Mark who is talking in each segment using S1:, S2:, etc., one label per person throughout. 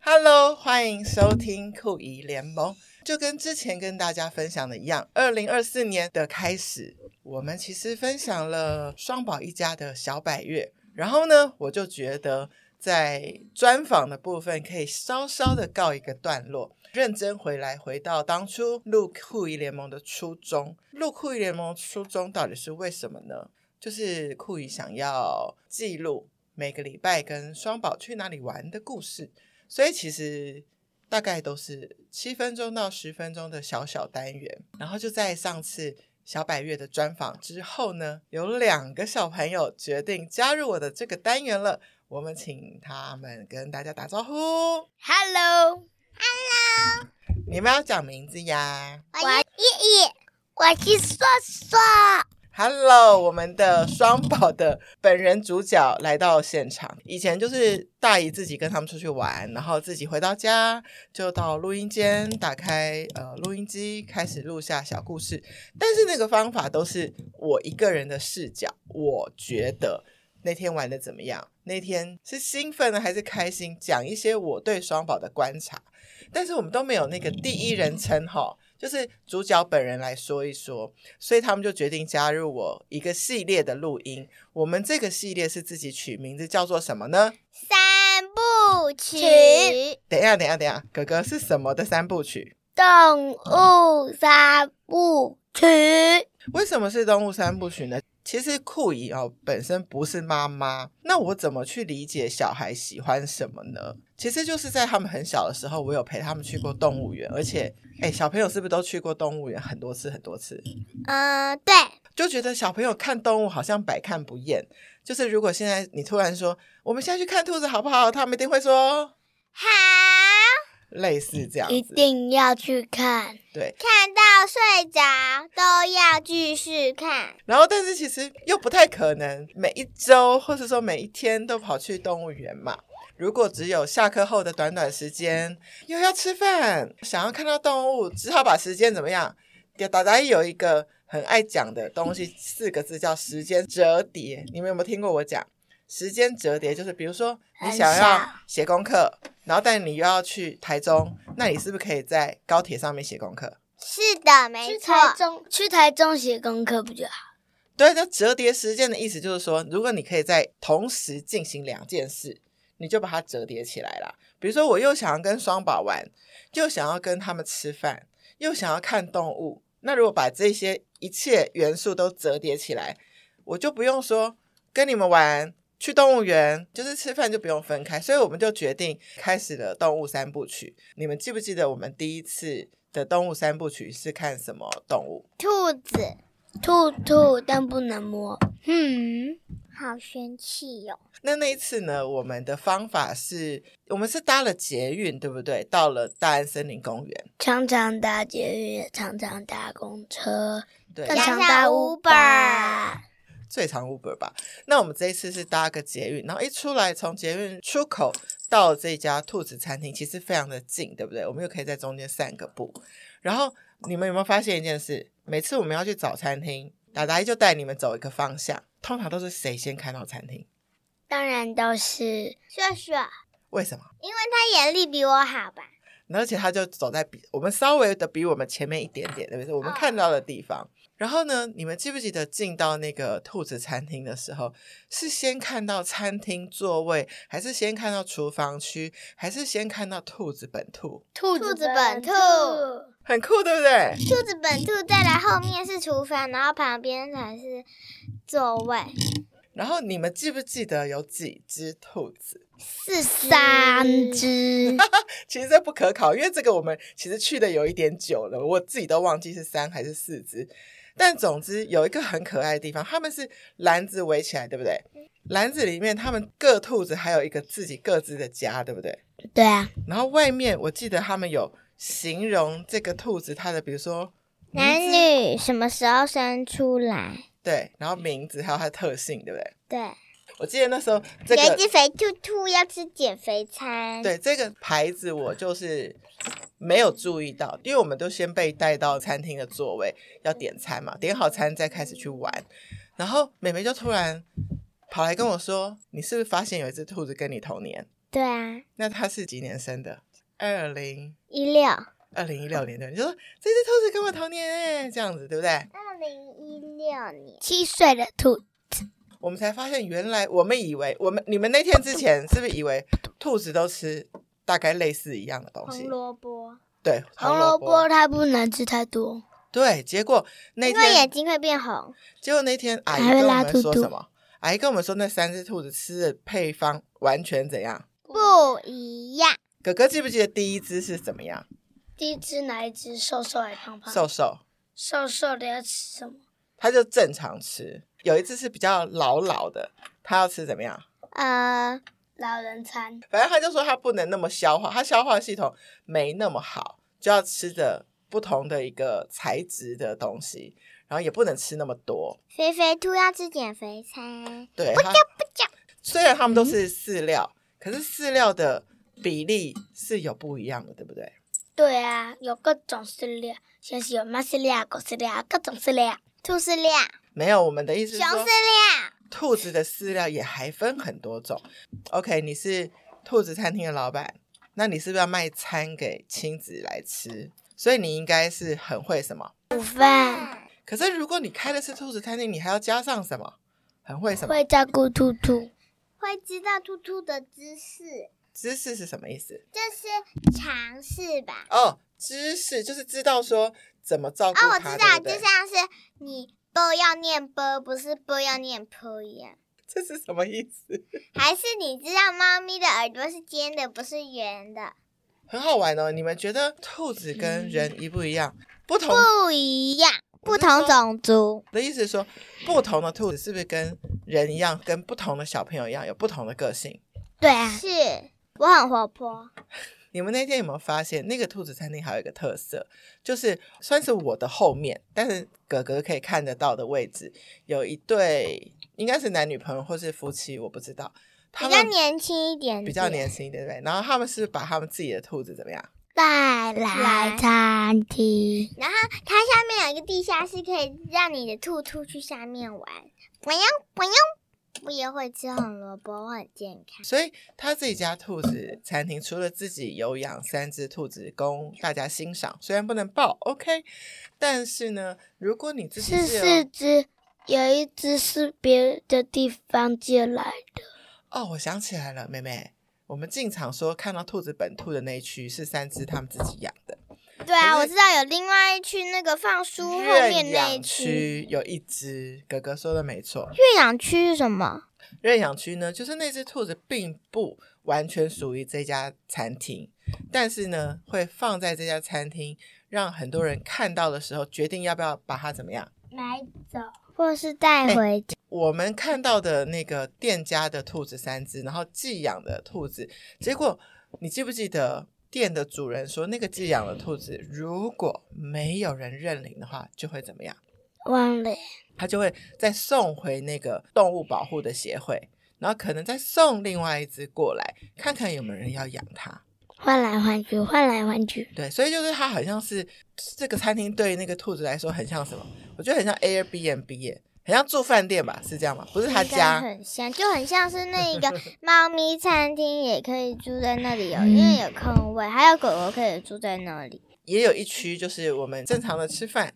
S1: Hello，欢迎收听酷姨联盟。就跟之前跟大家分享的一样，二零二四年的开始，我们其实分享了双宝一家的小百月。然后呢，我就觉得在专访的部分可以稍稍的告一个段落，认真回来回到当初录酷姨联盟的初衷。录酷姨联盟初衷到底是为什么呢？就是酷姨想要记录每个礼拜跟双宝去哪里玩的故事，所以其实大概都是七分钟到十分钟的小小单元。然后就在上次小百月的专访之后呢，有两个小朋友决定加入我的这个单元了。我们请他们跟大家打招呼，
S2: Hello，
S1: 你们要讲名字呀。
S2: 我是依依，我是硕硕。
S1: Hello，我们的双宝的本人主角来到现场。以前就是大姨自己跟他们出去玩，然后自己回到家就到录音间打开呃录音机，开始录下小故事。但是那个方法都是我一个人的视角，我觉得那天玩的怎么样？那天是兴奋呢还是开心？讲一些我对双宝的观察，但是我们都没有那个第一人称哈，就是主角本人来说一说。所以他们就决定加入我一个系列的录音。我们这个系列是自己取名字，叫做什么呢？
S2: 三部曲
S1: 等一下，等一下，等一下，哥哥是什么的三部曲？
S2: 动物三部曲，
S1: 为什么是动物三部曲呢？其实酷姨哦本身不是妈妈，那我怎么去理解小孩喜欢什么呢？其实就是在他们很小的时候，我有陪他们去过动物园，而且，哎，小朋友是不是都去过动物园很多次很多次？
S3: 呃
S2: 嗯、对，
S1: 就觉得小朋友看动物好像百看不厌。就是如果现在你突然说我们现在去看兔子好不好，他们一定会说
S2: 好，
S1: 类似这样
S2: 一
S1: 子。
S2: 定要去看，
S1: 对，
S2: 看到睡着都要继续看。
S1: 然后但是其实又不太可能每一周或是说每一天都跑去动物园嘛。如果只有下课后的短短时间，又要吃饭，想要看到动物，只好把时间怎么样？达达有一个很爱讲的东西，四个字叫时间折叠。你们有没有听过我讲？时间折叠就是，比如说你
S2: 很
S1: 想要
S2: 少
S1: 写功课，然后但你又要去台中，那你是不是可以在高铁上面写功课？
S2: 是的，没
S3: 去
S2: 错，
S3: 台中，去台中写功课不就好？
S1: 对，那折叠时间的意思就是说，如果你可以在同时进行两件事，你就把它折叠起来啦。比如说，我又想要跟双宝玩，又想要跟他们吃饭，又想要看动物。那如果把这些一切元素都折叠起来，我就不用说跟你们玩、去动物园，就是吃饭就不用分开。所以我们就决定开始了动物三部曲。你们记不记得我们第一次的动物三部曲是看什么动物？
S2: 兔子，
S3: 兔兔，但不能摸。
S2: 嗯，好哦生气哟、
S1: 那那一次呢，我们的方法是，我们是搭了捷运，对不对？到了大安森林公园，
S3: 常常搭捷运，常常搭公车，
S1: 对，
S3: 更
S2: 加
S3: 常
S2: 上
S3: 搭
S2: Uber
S3: Uber。
S1: 最长 Uber 吧。那我们这一次是搭个捷运，然后一出来，从捷运出口到这家兔子餐厅，其实非常的近，对不对？我们又可以在中间散个步。然后你们有没有发现一件事？每次我们要去找餐厅，达达就带你们走一个方向，通常都是谁先看到餐厅？
S3: 当然都是
S2: 硕硕，
S1: 为什么？
S2: 他眼力比我好吧？
S1: 而且他就走在比我们稍微的比我们前面一点点，对不对？我们看到的地方。然后呢，你们记不记得进到那个兔子餐厅的时候，是先看到餐厅座位，还是先看到厨房区，还是先看到兔子本兔？
S3: 兔
S2: 子本兔
S1: 很酷，对不对？
S2: 兔子本兔再来后面是厨房，然后旁边才是座位。
S1: 然后你们记不记得有几只兔子？
S2: 四
S3: 三只，
S1: 其实这不可考，因为这个我们其实去的有一点久了，我自己都忘记是三还是四只。但总之有一个很可爱的地方，他们是篮子围起来，对不对？篮子里面他们各兔子还有一个自己各自的家，对不对？
S3: 对啊，
S1: 然后外面我记得他们有形容这个兔子它的，比如说
S2: 男女什么时候生出来？
S1: 对，然后名字还有它的特性，对不对？
S2: 对，
S1: 我记得那时候这
S2: 有一
S1: 个
S2: 只肥兔兔要吃减肥餐。，
S1: 对这个牌子，我就是没有注意到，因为我们都先被带到餐厅的座位要点餐嘛，点好餐再开始去玩。然后美美就突然跑来跟我说：“你是不是发现有一只兔子跟你同年？
S2: 对啊，
S1: 那它是几年生的？二零
S2: 一六，
S1: 二零一六年对，你就说这只兔子跟我同年哎，这样子对不对？
S2: 二零一六年，
S3: 七岁的兔，
S1: 我们才发现原来我们以为我们你们那天之前是不是以为兔子都吃大概类似一样的东
S2: 红
S1: 西？
S2: 萝卜，哦
S1: 对，
S3: 红萝卜它不能吃太多，
S1: 对，结果那
S2: 因为眼
S1: 天，
S2: 睛会变红，
S1: 结果那天阿姨
S3: 还会
S1: 跟我
S3: 拉
S1: 们
S3: 肚
S1: 说
S3: 肚
S1: 什么？阿姨跟我们说，那三只兔子吃的配方完全怎样？
S2: 不一样。
S1: 哥哥记不记得第一只是怎么样？
S3: 第一只哪一只瘦瘦还胖胖？
S1: 瘦瘦，
S3: 瘦瘦的要吃什么？
S1: 它就正常吃。有一只是比较老老的，它要吃怎么样？
S2: 呃，
S3: 老人餐，
S1: 反正他就说他不能那么消化，他消化系统没那么好，就要吃的不同的一个材质的东西，然后也不能吃那么多。
S2: 肥肥兔要吃减肥餐，
S1: 对，它虽然他们都是饲料，可是饲料的比例是有不一样的，对不对？
S3: 对啊，有各种饲料，像是有猫饲料、狗饲料，各种饲料。
S2: 兔饲料，
S1: 没有，我们的意思是
S2: 熊
S1: 说
S2: 饲，料，
S1: 兔子的饲料也还分很多种。OK，你是兔子餐厅的老板，那你是不是要卖餐给亲子来吃？所以你应该是很会什么？
S3: 午饭
S1: 可是如果你开的是兔子餐厅，你还要加上什么？很会什么？
S3: 会照顾兔兔，
S2: 会知道兔兔的姿势，
S1: 知识是什么意思？
S2: 就是尝试吧。
S1: 哦，知识就是知道说怎么照顾
S2: 哦，我
S1: 它，
S2: 知
S1: 对
S2: 道，
S1: 不
S2: 就
S1: 对？
S2: 像是你 b 要念 b，不是 b 要念 p 一样。
S1: 这是什么意思？
S2: 还是你知道猫咪的耳朵是尖的，不是圆的？
S1: 很好玩哦！你们觉得兔子跟人一不一样？不同
S2: 不一样，
S1: 我
S2: 不
S1: 是说
S2: 同种族。
S1: 的意思是说，不同的兔子是不是跟人一样，跟不同的小朋友一样，有不同的个性？
S3: 对啊，
S2: 是，我很活泼。
S1: 你们那天有没有发现，那个兔子餐厅还有一个特色，就是算是我的后面，但是哥哥可以看得到的位置，有一对应该是男女朋友或是夫妻，我不知道，他
S2: 比
S1: 们
S2: 较年轻一点点，
S1: 比较年轻一点，对不对？然后他们是把他们自己的兔子怎么样？
S3: 带来餐厅，
S2: 然后它下面有一个地下室，可以让你的兔兔去下面玩。不用不用，我也会吃红萝卜，我很健康。
S1: 所以他自己家兔子餐厅，除了自己有养三只兔子供大家欣赏，虽然不能抱，OK，但是呢，如果你自己
S3: 是
S1: 是哦有
S3: 四只，有一只是别的地方借来的，
S1: 哦，我想起来了，妹妹，我们进场说看到兔子本兔的那一区是三只他们自己养的，
S2: 对
S1: 可
S2: 啊，
S1: 是
S2: 我知道有另外一区那个放书后面
S1: 认
S2: 那一
S1: 养
S2: 区。
S1: 区有一只，哥哥说的没错，
S2: 圈养区是什么？
S1: 认养区呢就是那只兔子并不完全属于这家餐厅，但是呢会放在这家餐厅，让很多人看到的时候决定要不要把它怎么样。
S3: 买走。
S2: 或是带
S1: 哎
S2: 回家？
S1: 我们看到的那个店家的兔子三只，然后寄养的兔子，结果你记不记得店的主人说，那个寄养的兔子如果没有人认领的话，就会怎么样？
S3: 忘了耶，
S1: 他就会再送回那个动物保护的协会，然后可能再送另外一只过来，看看有没有人要养它。
S3: 换来换去，换来换去，
S1: 对，所以就是它好像是这个餐厅对于那个兔子来说很像什么？我觉得很像 Airbnb 耶，很像住饭店吧？是这样吧？不是他
S2: 应该
S1: 家。
S2: 很像，就很像是 那个猫咪餐厅，也可以住在那里有，哦
S1: 嗯
S2: 因为有空位，还有狗狗可以住在那里。
S1: 也有一区就是我们正常的吃饭，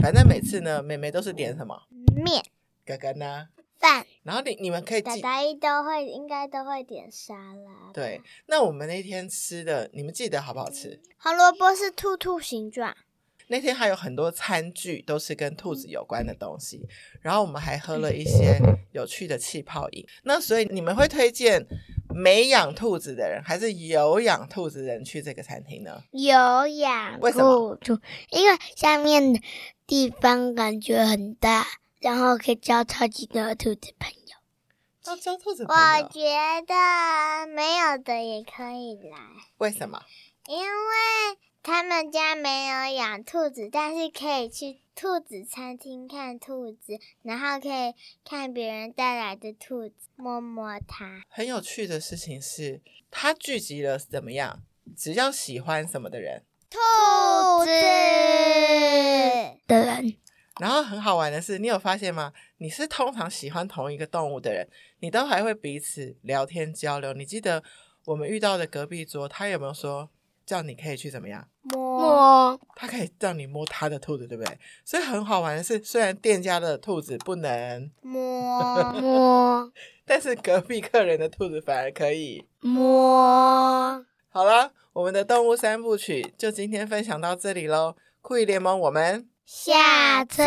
S1: 反正每次呢，妹妹都是点什么，
S2: 面
S1: 哥哥呢，
S3: 饭
S1: 然后你你们可以
S2: 大
S1: 记
S2: 大一都会，应该都会点沙拉。
S1: 对，。那我们那天吃的，你们记得好不好吃？
S2: 红萝卜是兔兔形状，
S1: 那天还有很多餐具都是跟兔子有关的东西，然后我们还喝了一些有趣的气泡饮。那所以你们会推荐没养兔子的人，还是有养兔子的人去这个餐厅呢？
S3: 有养
S1: 为什么
S3: 兔兔，因为下面的地方感觉很大，然后可以交超级多兔子朋友。
S1: 要教兔子朋
S2: 我
S1: 友，
S2: 觉得没有的也可以来，
S1: 为什么？
S2: 因为他们家没有养兔子，但是可以去兔子餐厅看兔子，然后可以看别人带来的兔子，摸摸它。
S1: 很有趣的事情是，它聚集了怎么样？只要喜欢什么的人，
S2: 兔子，
S3: 的人
S1: 然后很好玩的是，你有发现吗？你是通常喜欢同一个动物的人，你都还会彼此聊天交流。你记得我们遇到的隔壁桌，他有没有说叫你可以去怎么样？
S2: 摸
S3: 摸
S1: 它可以让你摸它的兔子，对不对？所以很好玩的是，虽然店家的兔子不能，
S2: 摸
S3: 摸
S1: 但是隔壁客人的兔子反而可以。
S3: 摸，
S1: 好了，我们的动物三部曲就今天分享到这里喽。酷艺联盟，我们
S2: 下次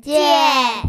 S2: 见。